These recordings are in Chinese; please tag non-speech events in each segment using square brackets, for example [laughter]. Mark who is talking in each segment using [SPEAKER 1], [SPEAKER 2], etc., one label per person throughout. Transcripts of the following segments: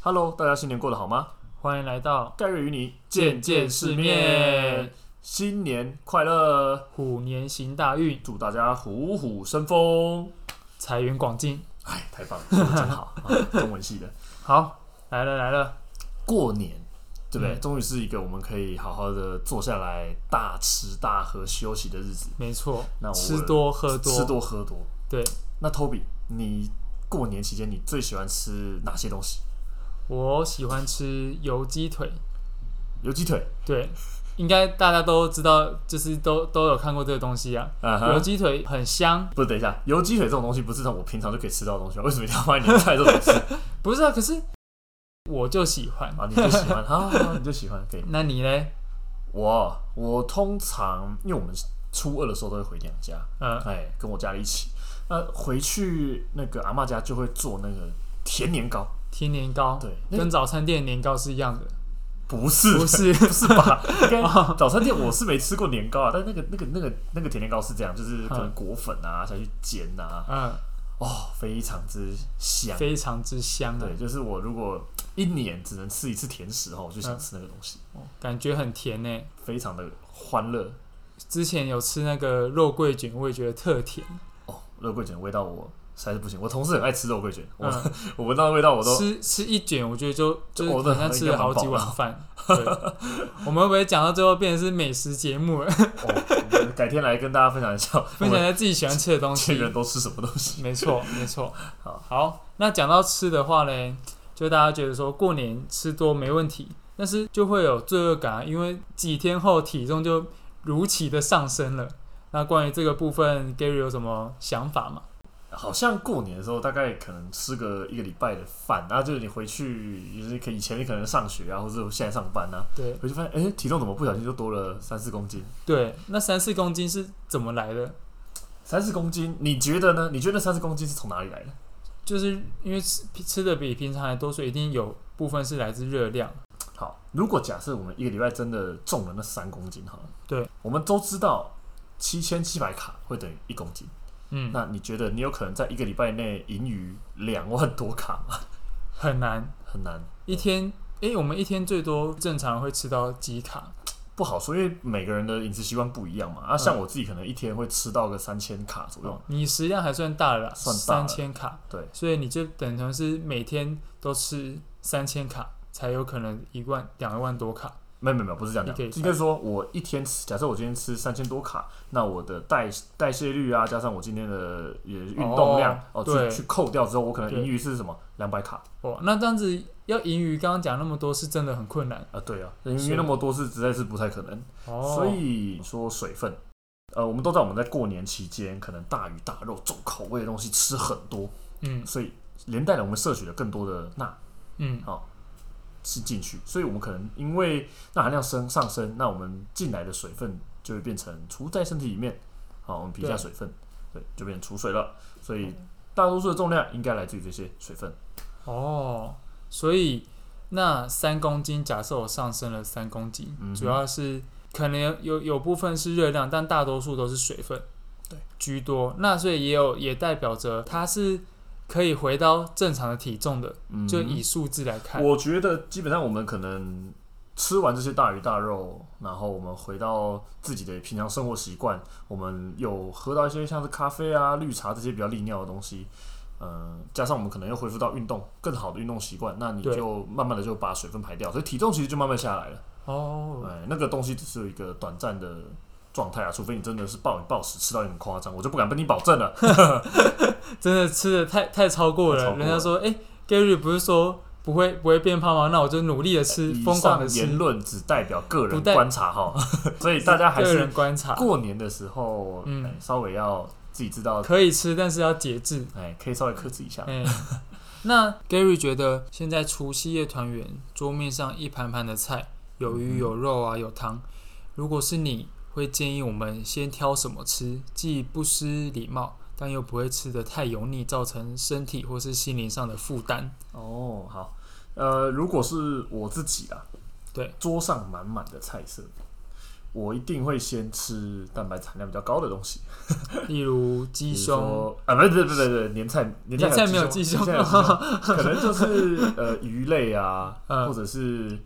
[SPEAKER 1] Hello，大家新年过得好吗？
[SPEAKER 2] 欢迎来到
[SPEAKER 1] 盖瑞与你
[SPEAKER 2] 见见世面，
[SPEAKER 1] 新年快乐！
[SPEAKER 2] 虎年行大运，
[SPEAKER 1] 祝大家虎虎生风！
[SPEAKER 2] 财源广进。
[SPEAKER 1] 哎，太棒了，说得真好， [laughs] 啊中文系的。
[SPEAKER 2] 好，来了来了，
[SPEAKER 1] 过年，对不对？
[SPEAKER 2] 嗯
[SPEAKER 1] 终于是一个我们可以好好的坐下来大吃大喝休息的日子，
[SPEAKER 2] 没错
[SPEAKER 1] 那我，
[SPEAKER 2] 吃多喝多，
[SPEAKER 1] 吃多喝多。
[SPEAKER 2] 对
[SPEAKER 1] 那 Toby，你过年期间你最喜欢吃哪些东西？
[SPEAKER 2] 我喜欢吃油鸡腿，
[SPEAKER 1] 有鸡腿，
[SPEAKER 2] 对，应该大家都知道，就是都都有看过这个东西啊。
[SPEAKER 1] 啊
[SPEAKER 2] 油鸡腿很香，
[SPEAKER 1] 不是，等一下，油鸡腿这种东西不是我平常就可以吃到的东西吗？为什么一定要放在年菜这种吃
[SPEAKER 2] 不是啊？可是我就喜欢。
[SPEAKER 1] 啊？你就喜欢， [laughs] 好好，好你就喜欢，可以。
[SPEAKER 2] 那你嘞？
[SPEAKER 1] 我我通常因为我们初二的时候都会回娘家，
[SPEAKER 2] 嗯，
[SPEAKER 1] 哎，跟我家里一起。那回去那个阿嬷家就会做那个甜年糕，
[SPEAKER 2] 甜年糕，
[SPEAKER 1] 对，那个
[SPEAKER 2] 跟早餐店的年糕是一样
[SPEAKER 1] [laughs]
[SPEAKER 2] 的，
[SPEAKER 1] 不是
[SPEAKER 2] 不是？ [laughs] 哦
[SPEAKER 1] 不是吧？应该早餐店我是没吃过年糕啊，但那个那个那个那个甜年糕是这样，就是可能果粉啊下去煎啊，
[SPEAKER 2] 嗯，
[SPEAKER 1] 哦，非常之香。
[SPEAKER 2] 非常之香啊
[SPEAKER 1] 对，，就是我如果一年只能吃一次甜食哦，我就想吃那个东西，
[SPEAKER 2] 哦感觉很甜呢、欸
[SPEAKER 1] 非常的欢乐
[SPEAKER 2] 之前有吃那个肉桂卷，我也觉得特甜，
[SPEAKER 1] 哦。肉桂卷味道我实在是不行，我同事很爱吃肉桂卷，我、
[SPEAKER 2] 嗯，
[SPEAKER 1] 我闻到那味道我都
[SPEAKER 2] 吃吃一卷，我觉得就就
[SPEAKER 1] 我
[SPEAKER 2] 是
[SPEAKER 1] 的
[SPEAKER 2] 好像吃了好几碗饭。对，我们会不会讲到最后变成是美食节目了？
[SPEAKER 1] 哦，改天来跟大家分享一下我
[SPEAKER 2] 分享一
[SPEAKER 1] 们
[SPEAKER 2] 下自己喜欢吃的东
[SPEAKER 1] 这
[SPEAKER 2] 西
[SPEAKER 1] 个。人都吃什么东西。
[SPEAKER 2] 没错，没错。
[SPEAKER 1] [laughs] 好
[SPEAKER 2] 那讲到吃的话呢，就大家觉得说过年吃多没问题，但是就会有罪恶感啊，因为几天后体重就如期的上升了。那关于这个部分，Gary 有什么想法吗？
[SPEAKER 1] 好像过年的时候，大概可能吃个一个礼拜的饭，然后就是你回去，就是可以以前你可能上学啊，或者现在上班啊，
[SPEAKER 2] 对
[SPEAKER 1] 回去发现，哎、体重怎么不小心就多了三四公斤？
[SPEAKER 2] 对，那三四公斤是怎么来的？
[SPEAKER 1] 三四公斤，你觉得呢？你觉得三四公斤是从哪里来的？
[SPEAKER 2] 就是因为吃吃的比平常还多，所以一定有部分是来自热量。
[SPEAKER 1] 好，如果假设我们一个礼拜真的重了那三公斤，好了，
[SPEAKER 2] 对，
[SPEAKER 1] 我们都知道七千七百卡会等于一公斤，
[SPEAKER 2] 嗯，
[SPEAKER 1] 那你觉得你有可能在一个礼拜内盈余两万多卡吗？
[SPEAKER 2] 很难。
[SPEAKER 1] 很难，
[SPEAKER 2] 一天，诶、我们一天最多正常会吃到几卡？
[SPEAKER 1] 不好说，因为每个人的饮食习惯不一样嘛。啊，像
[SPEAKER 2] 嗯哦
[SPEAKER 1] 我自己可能一天会吃到个三千卡左右，
[SPEAKER 2] 你食量还算大了啦，
[SPEAKER 1] 哦算大了
[SPEAKER 2] 三千卡。
[SPEAKER 1] 对，
[SPEAKER 2] 所以你就等同是每天都吃三千卡，才有可能一万两万多卡。
[SPEAKER 1] 没有没有没有，不是这样
[SPEAKER 2] 你可以
[SPEAKER 1] 讲，应该说我一天吃，假设我今天吃三千多卡，那我的代代谢率啊，加上我今天的也运动量哦，
[SPEAKER 2] 对
[SPEAKER 1] 去去扣掉之后，我可能
[SPEAKER 2] 对
[SPEAKER 1] 盈余是什么两百卡
[SPEAKER 2] 哦，那这样子要盈余，刚刚讲那么多是真的很困难。
[SPEAKER 1] 啊？对啊，盈余
[SPEAKER 2] 是
[SPEAKER 1] 那么多是实在是不太可能。
[SPEAKER 2] 哦，
[SPEAKER 1] 所以说水分，呃，我们都知道我们在过年期间可能大鱼大肉、重口味的东西吃很多，
[SPEAKER 2] 嗯
[SPEAKER 1] 所以连带了我们摄取了更多的钠
[SPEAKER 2] 嗯
[SPEAKER 1] 是进去，所以我们可能因为钠含量升上升，那我们进来的水分就会变成储在身体里面，好，我们皮下
[SPEAKER 2] 对
[SPEAKER 1] 水分，对，就变成储水了，所以大多数的重量应该来自于这些水分。
[SPEAKER 2] 哦，所以那三公斤，假设我上升了三公斤，
[SPEAKER 1] 嗯哼
[SPEAKER 2] 主要是可能有有有部分是热量，但大多数都是水分，
[SPEAKER 1] 对，
[SPEAKER 2] 居多。那所以也有也代表着它是可以回到正常的体重的，
[SPEAKER 1] 嗯
[SPEAKER 2] 就以数字来看，
[SPEAKER 1] 我觉得基本上我们可能吃完这些大鱼大肉，然后我们回到自己的平常生活习惯，我们有喝到一些像是咖啡啊、绿茶这些比较利尿的东西。嗯，加上我们可能又恢复到运动更好的运动习惯，那你
[SPEAKER 2] 对
[SPEAKER 1] 就慢慢的就把水分排掉，所以体重其实就慢慢下来了。
[SPEAKER 2] 哦，
[SPEAKER 1] 哎，那个东西只是有一个短暂的状态啊，除非你真的是暴饮暴食吃到有点夸张，我就不敢跟你保证
[SPEAKER 2] [laughs]
[SPEAKER 1] 了。
[SPEAKER 2] 真的吃的太太超过
[SPEAKER 1] 太超
[SPEAKER 2] 了。
[SPEAKER 1] 过了
[SPEAKER 2] 人家说，哎、g a r y 不是说不会不会变胖吗？那我就努力的吃，
[SPEAKER 1] 呃以
[SPEAKER 2] 疯
[SPEAKER 1] 上
[SPEAKER 2] 狂的
[SPEAKER 1] 言
[SPEAKER 2] 吃，
[SPEAKER 1] 论只代表个人
[SPEAKER 2] 不代
[SPEAKER 1] 观察哈， [laughs] 所以大家还
[SPEAKER 2] 个
[SPEAKER 1] 是
[SPEAKER 2] 人观察，
[SPEAKER 1] 过年的时候，
[SPEAKER 2] 啊嗯
[SPEAKER 1] 哎稍微要自己知道，
[SPEAKER 2] 可以吃，但是要节制。
[SPEAKER 1] 哎，可以稍微克制一下。
[SPEAKER 2] 嗯， [laughs] 那 Gary 觉得现在除夕夜团圆，桌面上一盘盘的菜，有
[SPEAKER 1] 嗯
[SPEAKER 2] 鱼有肉啊，有汤。如果是你，会建议我们先挑什么吃，既不失礼貌，但又不会吃得太油腻，造成身体或是心灵上的负
[SPEAKER 1] [laughs]
[SPEAKER 2] 担。
[SPEAKER 1] 哦，好，呃，如果是我自己啊，
[SPEAKER 2] 对，
[SPEAKER 1] 桌上满满的菜色，我一定会先吃蛋白含量比较高的东西，
[SPEAKER 2] 例如鸡
[SPEAKER 1] 比如
[SPEAKER 2] 胸、
[SPEAKER 1] 说啊，不是不是不是不是年菜年
[SPEAKER 2] 年
[SPEAKER 1] 菜
[SPEAKER 2] 菜没有鸡
[SPEAKER 1] 鸡
[SPEAKER 2] 胸
[SPEAKER 1] 年菜有鸡胸可能就是
[SPEAKER 2] [laughs]
[SPEAKER 1] 呃鱼类啊，
[SPEAKER 2] 嗯
[SPEAKER 1] 或者是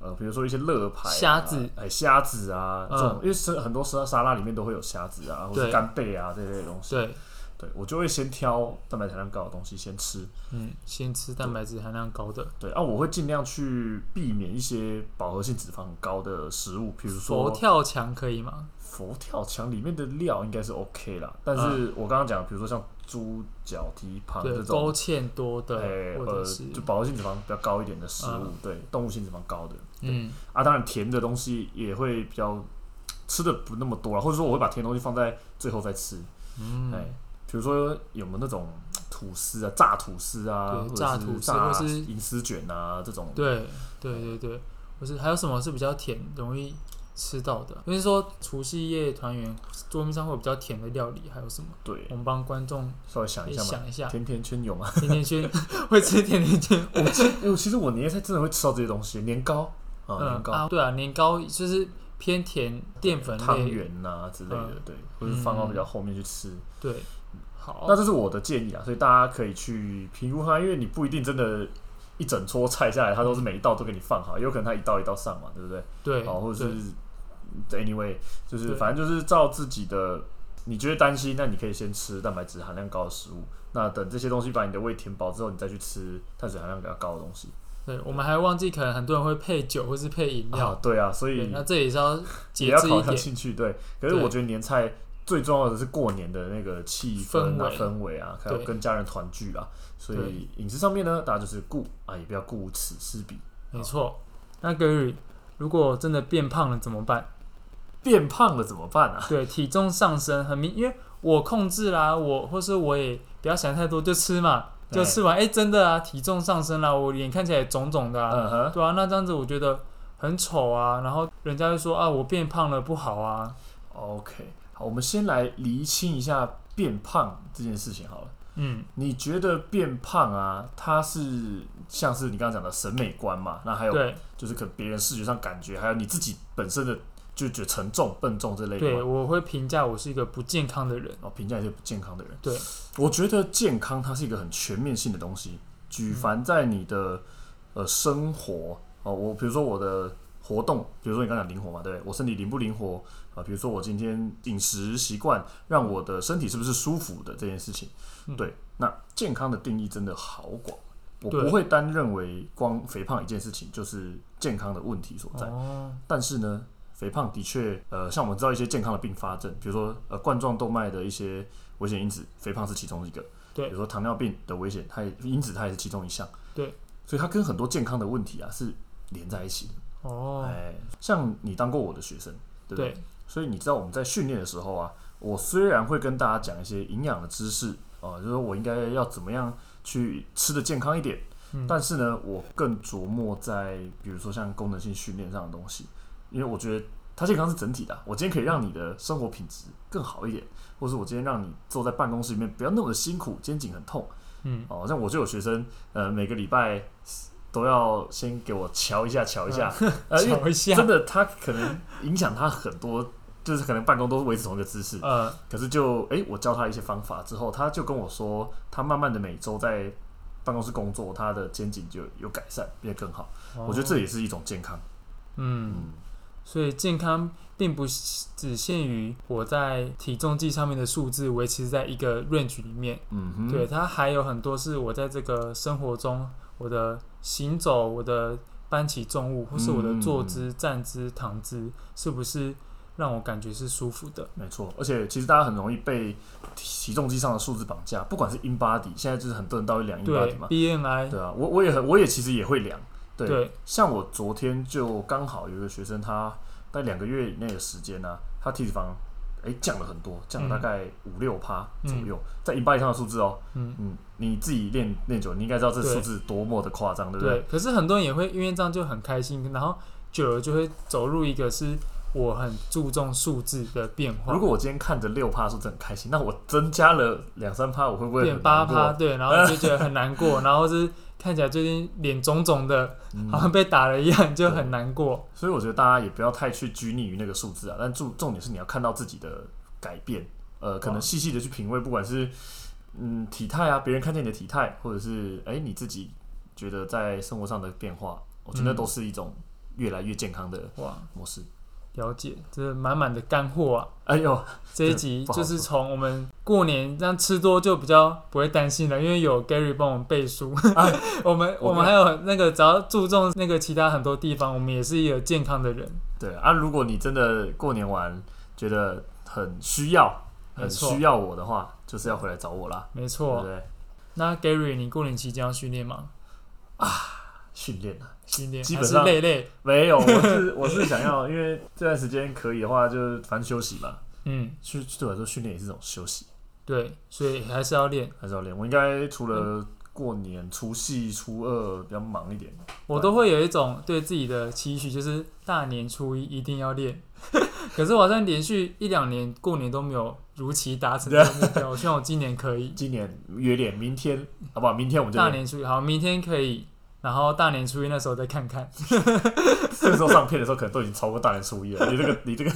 [SPEAKER 1] 呃比如说一些乐牌、啊、
[SPEAKER 2] 虾子、
[SPEAKER 1] 哎虾子啊这种
[SPEAKER 2] 嗯，
[SPEAKER 1] 因为是很多沙沙拉里面都会有虾子啊，或者
[SPEAKER 2] 对
[SPEAKER 1] 干贝啊这类的东西。
[SPEAKER 2] 对，
[SPEAKER 1] 对，我就会先挑蛋白含量高的东西先吃。
[SPEAKER 2] 嗯，先吃蛋白质含量高的，
[SPEAKER 1] 对啊，我会尽量去避免一些饱和性脂肪很高的食物，比如
[SPEAKER 2] 佛
[SPEAKER 1] 说
[SPEAKER 2] 跳墙可以吗？
[SPEAKER 1] 佛跳墙里面的料应该是 OK 啦，但是我刚刚讲，比如说像猪脚蹄膀
[SPEAKER 2] 嗯对
[SPEAKER 1] 啊这，种
[SPEAKER 2] 勾芡多的，
[SPEAKER 1] 哎
[SPEAKER 2] 或
[SPEAKER 1] 呃
[SPEAKER 2] 者是，
[SPEAKER 1] 就饱和性脂肪比较高一点的食物，
[SPEAKER 2] 嗯
[SPEAKER 1] 对，动物性脂肪高的
[SPEAKER 2] 嗯
[SPEAKER 1] 啊，当然甜的东西也会比较吃的不那么多啦，或者说我会把甜的东西放在最后再吃，
[SPEAKER 2] 嗯，
[SPEAKER 1] 哎，比如说有没有那种吐司啊，炸吐司啊，
[SPEAKER 2] 对
[SPEAKER 1] 或者
[SPEAKER 2] 炸
[SPEAKER 1] 是
[SPEAKER 2] 吐司
[SPEAKER 1] 炸
[SPEAKER 2] 或是
[SPEAKER 1] 银丝卷啊这种，
[SPEAKER 2] 对对对对，或是还有什么是比较甜，容易吃到的？就是说除夕夜团圆桌面上会有比较甜的料理，还有什么？
[SPEAKER 1] 对
[SPEAKER 2] 我，们帮观众
[SPEAKER 1] 稍微想
[SPEAKER 2] 可
[SPEAKER 1] 一
[SPEAKER 2] 以
[SPEAKER 1] 下嘛，
[SPEAKER 2] 嗯想一下，
[SPEAKER 1] 甜甜圈有吗？ [laughs]
[SPEAKER 2] 甜甜圈会吃甜甜圈，嗯
[SPEAKER 1] 因为其实我年夜菜真的会吃到这些东西，年糕啊，年
[SPEAKER 2] 嗯
[SPEAKER 1] 糕、
[SPEAKER 2] 啊，对啊，年糕就是偏甜淀粉
[SPEAKER 1] 汤
[SPEAKER 2] 类，
[SPEAKER 1] 圆呐之类的
[SPEAKER 2] 嗯，
[SPEAKER 1] 对，或者放到比较后面去吃。
[SPEAKER 2] 对，好
[SPEAKER 1] 那，这是我的建议啊，所以大家可以去评估它，因为你不一定真的。一整桌菜下来，它都是每一道都给你放好，也有可能它一道一道上嘛，对不对？
[SPEAKER 2] 对，
[SPEAKER 1] 好，哦或者
[SPEAKER 2] 对
[SPEAKER 1] 是 anyway，就是
[SPEAKER 2] 对
[SPEAKER 1] 反正就是照自己的，你觉得担心，那你可以先吃蛋白质含量高的食物，那等这些东西把你的胃填饱之后，你再去吃碳水含量比较高的东西。
[SPEAKER 2] 对，我们还忘记，可能很多人会配酒或是配饮料
[SPEAKER 1] 啊，，对啊，所
[SPEAKER 2] 对，
[SPEAKER 1] 以
[SPEAKER 2] 那这也是要
[SPEAKER 1] 也
[SPEAKER 2] 节
[SPEAKER 1] 要
[SPEAKER 2] 制
[SPEAKER 1] 考
[SPEAKER 2] 一
[SPEAKER 1] 量
[SPEAKER 2] 点，
[SPEAKER 1] 进去，对。可是我
[SPEAKER 2] 对
[SPEAKER 1] 觉得年菜最重要的是过年的那个气氛啊、
[SPEAKER 2] 氛围
[SPEAKER 1] 氛围啊，还有
[SPEAKER 2] 对
[SPEAKER 1] 跟家人团聚啊。所以饮食上面呢，大家就是顾啊，也不要顾此失彼。
[SPEAKER 2] 没错。那 Gary，如果真的变胖了怎么办？
[SPEAKER 1] 变胖了怎么办啊？
[SPEAKER 2] 对，体重上升很明，因为我控制啦，我或是我也不要想太多，就吃嘛，
[SPEAKER 1] 对
[SPEAKER 2] 就吃完，哎、真的啊，体重上升啦，我脸看起来也肿肿的啊，
[SPEAKER 1] 嗯哼，
[SPEAKER 2] 对啊，那这样子我觉得很丑啊，然后人家就说啊，我变胖了不好啊，
[SPEAKER 1] OK，好，我们先来厘清一下变胖这件事情好了。
[SPEAKER 2] 嗯，
[SPEAKER 1] 你觉得变胖啊，它是像是你刚刚讲的审美观嘛？那还有
[SPEAKER 2] 对，
[SPEAKER 1] 就是可能别人视觉上感觉，还有你自己本身的就觉得沉重、笨重这类的
[SPEAKER 2] 对
[SPEAKER 1] 嘛。
[SPEAKER 2] 我会评价我是一个不健康的人，
[SPEAKER 1] 然后哦评价一些不健康的人。
[SPEAKER 2] 对，
[SPEAKER 1] 我觉得健康它是一个很全面性的东西，举凡在你的呃生活哦，我比如说我的活动，比如说你刚讲灵活嘛，对不对？我身体灵不灵活啊？比如说我今天饮食习惯让我的身体是不是舒服的这件事情，
[SPEAKER 2] 嗯
[SPEAKER 1] 对。那健康的定义真的好广，我
[SPEAKER 2] 对
[SPEAKER 1] 不会单认为光肥胖一件事情就是健康的问题所在。
[SPEAKER 2] 哦，
[SPEAKER 1] 但是呢，肥胖的确，呃，像我们知道一些健康的并发症，比如说呃冠状动脉的一些危险因子，肥胖是其中一个。
[SPEAKER 2] 对
[SPEAKER 1] 比如说糖尿病的危险，它也因子它也是其中一项。
[SPEAKER 2] 对，
[SPEAKER 1] 所以它跟很多健康的问题啊是连在一起的。
[SPEAKER 2] 哦，
[SPEAKER 1] 哎，像你当过我的学生，对不对？
[SPEAKER 2] 对，
[SPEAKER 1] 所以你知道我们在训练的时候啊，我虽然会跟大家讲一些营养的知识啊、呃就是说我应该要怎么样去吃的健康一点，
[SPEAKER 2] 嗯
[SPEAKER 1] 但是呢，我更琢磨在比如说像功能性训练上的东西，因为我觉得它健康是整体的啊、我今天可以让你的生活品质更好一点，或是我今天让你坐在办公室里面不要那么的辛苦，肩颈很痛
[SPEAKER 2] 嗯，
[SPEAKER 1] 哦。像我就有学生，呃，每个礼拜都要先给我瞧一下瞧一
[SPEAKER 2] [laughs]
[SPEAKER 1] 下，呃，因为
[SPEAKER 2] 瞧一下
[SPEAKER 1] 真，的，他可能影响他很多，就是可能办公都是维持同一个姿势，
[SPEAKER 2] 呃，
[SPEAKER 1] 可是就诶，我教他一些方法之后，他就跟我说，他慢慢的每周在办公室工作，他的肩颈就有改善，变得更好。我觉得
[SPEAKER 2] 哦，
[SPEAKER 1] 这也是一种健康。
[SPEAKER 2] 嗯。
[SPEAKER 1] 嗯，
[SPEAKER 2] 所以健康并不只限于我在体重计上面的数字维持在一个 range 里面，
[SPEAKER 1] 嗯哼，
[SPEAKER 2] 对，它还有很多是我在这个生活中，我的行走、我的搬起重物，或是我的
[SPEAKER 1] 嗯
[SPEAKER 2] 坐姿、站姿、躺姿，是不是让我感觉是舒服的？
[SPEAKER 1] 没错。而且其实大家很容易被体重机上的数字绑架，不管是 in body，现在就是很多人都会量 in
[SPEAKER 2] 对
[SPEAKER 1] body 嘛，
[SPEAKER 2] ，BMI，
[SPEAKER 1] 对啊，我我也很，我也其实也会量，对，
[SPEAKER 2] 对，
[SPEAKER 1] 像我昨天就刚好有一个学生，他在两个月以内的时间呢、他体脂肪诶降了很多，降了大概五六趴左右，在一半以上的数字哦。
[SPEAKER 2] 嗯，
[SPEAKER 1] 嗯，你自己练练久，你应该知道这
[SPEAKER 2] 对
[SPEAKER 1] 数字多么的夸张，对不对？
[SPEAKER 2] 对。可是很多人也会因为这样就很开心，然后久了就会走入一个是我很注重数字的变化。
[SPEAKER 1] 如果我今天看着六趴数字很开心，那我增加了两三趴，我会不会
[SPEAKER 2] 变
[SPEAKER 1] 很
[SPEAKER 2] 八
[SPEAKER 1] 难
[SPEAKER 2] 趴，
[SPEAKER 1] 过？
[SPEAKER 2] 对，然后就觉得很难
[SPEAKER 1] [laughs]
[SPEAKER 2] 过，然后是看起来最近脸肿肿的，好像被打了一样，就很难过。
[SPEAKER 1] 嗯所以我觉得大家也不要太去拘泥于那个数字啊，但重重点是你要看到自己的改变，呃，可能细细的去品味，不管是嗯体态啊，别人看见你的体态，或者是哎、你自己觉得在生活上的变化，我觉得
[SPEAKER 2] 嗯
[SPEAKER 1] 都是一种越来越健康的
[SPEAKER 2] 哇，
[SPEAKER 1] 模式。
[SPEAKER 2] 了解，这是满满的干货啊！
[SPEAKER 1] 哎呦，
[SPEAKER 2] 这一集
[SPEAKER 1] 不好
[SPEAKER 2] 就
[SPEAKER 1] 说
[SPEAKER 2] 是从我们过年这样吃多就比较不会担心了，因为有 Gary 帮我们背书。 [laughs] 我们
[SPEAKER 1] 啊我
[SPEAKER 2] 我们还有那个只要注重那个其他很多地方，我们也是一个健康的人。
[SPEAKER 1] 对啊，如果你真的过年完觉得很需要、
[SPEAKER 2] 没
[SPEAKER 1] 很
[SPEAKER 2] 错
[SPEAKER 1] 需要我的话，就是要回来找我啦，
[SPEAKER 2] 没
[SPEAKER 1] 对不
[SPEAKER 2] 错，
[SPEAKER 1] 对？
[SPEAKER 2] 那 Gary，你过年期间要训练吗？
[SPEAKER 1] 训练啊，
[SPEAKER 2] 训练
[SPEAKER 1] 基
[SPEAKER 2] 还
[SPEAKER 1] 本
[SPEAKER 2] 是
[SPEAKER 1] 上
[SPEAKER 2] 累累？
[SPEAKER 1] 没有，我是 [laughs] 我是想要，因为这段时间可以的话，就是反正休息嘛。
[SPEAKER 2] 嗯，
[SPEAKER 1] 去对我来说，训练也是一种休息，
[SPEAKER 2] 对，所以还是要练。
[SPEAKER 1] 还是要练。我应该除了过年、除夕、初二比较忙一点，
[SPEAKER 2] 我都会有一种对自己的期许，就是大年初一一定要练。 [laughs] 可是我好像连续一两年过年都没有如期达成这个目标，我希望我今年可以。
[SPEAKER 1] 今年约练，明天好不好？明天我们就
[SPEAKER 2] 大
[SPEAKER 1] 练
[SPEAKER 2] 年初一好，明天可以，然后大年初一那时候再看 [laughs] 看。
[SPEAKER 1] [laughs] 这个时候上片的时候，可能都已经超过大年初一了。你这个，你这个，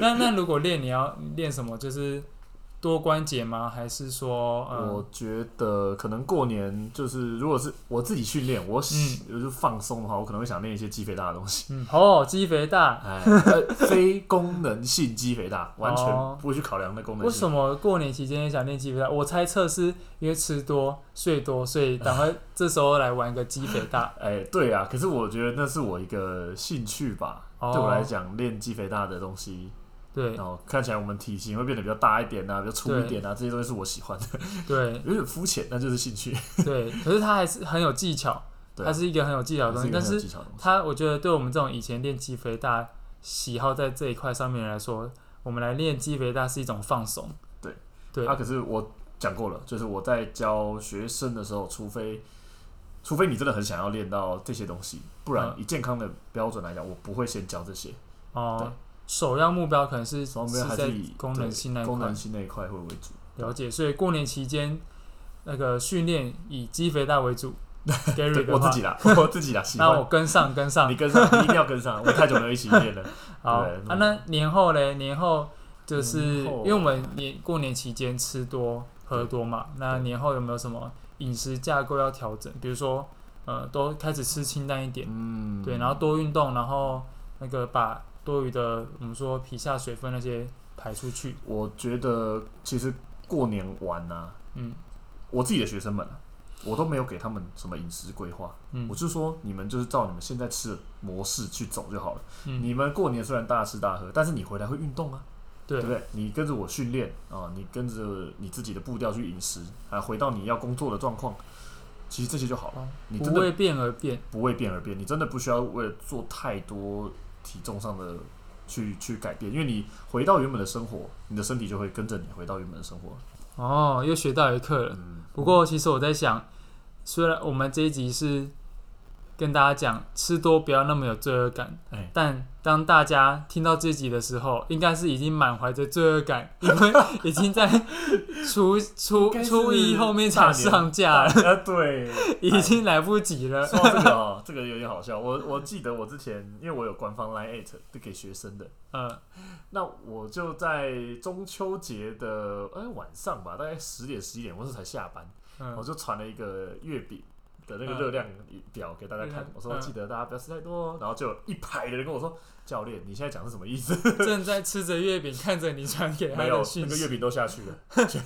[SPEAKER 2] 那那如果练，你要练什么？就是多关节吗？还是说，
[SPEAKER 1] 我
[SPEAKER 2] 嗯，
[SPEAKER 1] 觉得可能过年就是，如果是我自己训练，我喜、我就放松的话，我可能会想练一些肌肥大的东
[SPEAKER 2] [laughs]
[SPEAKER 1] 西。
[SPEAKER 2] 嗯，哦，肌肥大。
[SPEAKER 1] 哎，呃非功能性肌肥大，完全
[SPEAKER 2] 哦
[SPEAKER 1] 不会去考量那功能
[SPEAKER 2] 为
[SPEAKER 1] 性。
[SPEAKER 2] 什么过年期间想练肌肥大？我猜测是因为吃多睡多，所以赶快这时候来玩个肌肥大。
[SPEAKER 1] 哎，对啊，可是我觉得那是我一个兴趣吧。
[SPEAKER 2] 哦
[SPEAKER 1] 对我来讲，练肌肥大的东西，
[SPEAKER 2] 对
[SPEAKER 1] 然后看起来我们体型会变得比较大一点啊，比较粗一点啊，这些东西是我喜欢的，
[SPEAKER 2] 对
[SPEAKER 1] 有点肤浅，但就是兴趣。
[SPEAKER 2] 对，可是它还是很有技巧，
[SPEAKER 1] [laughs] 对
[SPEAKER 2] 它是一个很有技巧的东
[SPEAKER 1] 是
[SPEAKER 2] 西
[SPEAKER 1] 一，个
[SPEAKER 2] 但
[SPEAKER 1] 很有
[SPEAKER 2] 是
[SPEAKER 1] 技巧的东西。
[SPEAKER 2] 它我觉得对我们这种以前练肌肥大喜好在这一块上面来说，我们来练肌肥大是一种放松。
[SPEAKER 1] 对
[SPEAKER 2] 对
[SPEAKER 1] 啊，可是我讲过了，就是我在教学生的时候，除非除非你真的很想要练到这些东西，不然
[SPEAKER 2] 嗯
[SPEAKER 1] 以健康的标准来讲，我不会先教这些。对
[SPEAKER 2] 哦，首要目标可能是
[SPEAKER 1] 双边还
[SPEAKER 2] 在
[SPEAKER 1] 是以
[SPEAKER 2] 功能性那
[SPEAKER 1] 对
[SPEAKER 2] 一
[SPEAKER 1] 功
[SPEAKER 2] 块
[SPEAKER 1] 能性那一块会为主。
[SPEAKER 2] 了解，所以过年期间那个训练以肌肥大为主。
[SPEAKER 1] [laughs]
[SPEAKER 2] Gary
[SPEAKER 1] 对
[SPEAKER 2] 的
[SPEAKER 1] 我
[SPEAKER 2] 话
[SPEAKER 1] 自己啦， [laughs] 我自己啦，喜
[SPEAKER 2] 那我
[SPEAKER 1] 欢。
[SPEAKER 2] 跟上跟上
[SPEAKER 1] 你，跟上，你一定要跟上，我太久没有一起练了。
[SPEAKER 2] 好
[SPEAKER 1] 对
[SPEAKER 2] 啊，那年后嘞？年后就是
[SPEAKER 1] 年后啊
[SPEAKER 2] 因为我们年过年期间吃多喝多嘛，那年后有没有什么饮食架构要调整？比如说，呃，都开始吃清淡一点，
[SPEAKER 1] 嗯，
[SPEAKER 2] 对，然后多运动，然后那个把多余的我们说皮下水分那些排出去。
[SPEAKER 1] 我觉得其实过年玩啊，
[SPEAKER 2] 嗯
[SPEAKER 1] 我自己的学生们啊，我都没有给他们什么饮食规划，
[SPEAKER 2] 嗯
[SPEAKER 1] 我就说你们就是照你们现在吃的模式去走就好了。
[SPEAKER 2] 嗯，
[SPEAKER 1] 你们过年虽然大吃大喝，但是你回来会运动啊，
[SPEAKER 2] 对
[SPEAKER 1] 对不对？你跟着我训练啊，你跟着你自己的步调去饮食，啊，回到你要工作的状况，其实这些就好了。
[SPEAKER 2] 哦
[SPEAKER 1] 你真
[SPEAKER 2] 不
[SPEAKER 1] 的
[SPEAKER 2] 为变而变。
[SPEAKER 1] 不为变而变，你真的不需要为了做太多体重上的去去改变，因为你回到原本的生活，你的身体就会跟着你回到原本的生活。
[SPEAKER 2] 哦，又学到一课了。
[SPEAKER 1] 嗯，
[SPEAKER 2] 不过其实我在想，虽然我们这一集是跟大家讲吃多不要那么有罪恶感，
[SPEAKER 1] 哎
[SPEAKER 2] 但当大家听到这集的时候，应该是已经满怀着罪恶感，因为已经在
[SPEAKER 1] [laughs]
[SPEAKER 2] 初初
[SPEAKER 1] 应该是
[SPEAKER 2] 初一后面才上架了，
[SPEAKER 1] 啊， [laughs] 对，
[SPEAKER 2] 已经来不及了。
[SPEAKER 1] 说到这个哦，这个有点好笑。我我记得我之前，因为我有官方 Line at 是给学生的，
[SPEAKER 2] 嗯，
[SPEAKER 1] 那我就在中秋节的哎晚上吧，大概十点十一点，我是才下班，我
[SPEAKER 2] 嗯，
[SPEAKER 1] 就传了一个月饼的那个
[SPEAKER 2] 嗯
[SPEAKER 1] 热量表给大家看
[SPEAKER 2] 嗯，
[SPEAKER 1] 我说
[SPEAKER 2] 嗯
[SPEAKER 1] 记得大家不要吃太多哦，然后就有一排的人跟我说，教练你现在讲是什么意思？
[SPEAKER 2] 正在吃着月饼，看着你传给他
[SPEAKER 1] 没有
[SPEAKER 2] 的，
[SPEAKER 1] 那
[SPEAKER 2] 讯
[SPEAKER 1] 个
[SPEAKER 2] 息
[SPEAKER 1] 月，饼都下去
[SPEAKER 2] [laughs]
[SPEAKER 1] 了，全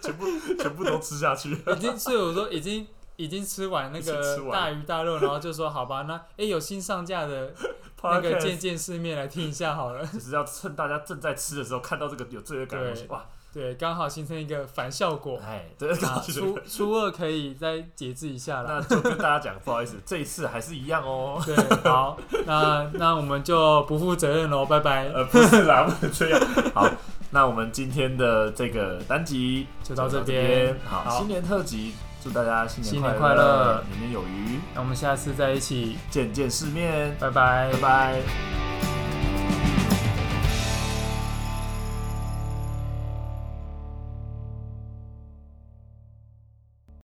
[SPEAKER 1] 全部全部都吃下去了。
[SPEAKER 2] 已经，所以我说已经已经吃完那
[SPEAKER 1] 已经吃
[SPEAKER 2] 个
[SPEAKER 1] 完
[SPEAKER 2] 大鱼大肉，然后就说好吧，那诶有新上架的 [laughs] 那个
[SPEAKER 1] [laughs] Podcast
[SPEAKER 2] 见见世面来听一下好了。
[SPEAKER 1] 就是要趁大家正在吃的时候看到这个有罪恶感的东西，
[SPEAKER 2] 对
[SPEAKER 1] 哇，
[SPEAKER 2] 对，刚好形成一个反效果。
[SPEAKER 1] 哎，对，
[SPEAKER 2] [laughs] 啊，初初二可以再节制一下啦。
[SPEAKER 1] 那就跟大家讲，不好意思，这一次还是一样哦。
[SPEAKER 2] [laughs] 对，好，那那我们就不负责任喽，拜拜，
[SPEAKER 1] 呃，不是啦， [laughs] 不能这样。好，那我们今天的这个单集
[SPEAKER 2] 就到这
[SPEAKER 1] 边
[SPEAKER 2] 边。。
[SPEAKER 1] 好，
[SPEAKER 2] 好
[SPEAKER 1] 新年特辑，祝大家新
[SPEAKER 2] 新
[SPEAKER 1] 年
[SPEAKER 2] 年快
[SPEAKER 1] 快
[SPEAKER 2] 乐
[SPEAKER 1] 年年有余，
[SPEAKER 2] 那我们下次再一起，
[SPEAKER 1] 见见世面，
[SPEAKER 2] 拜拜
[SPEAKER 1] 拜拜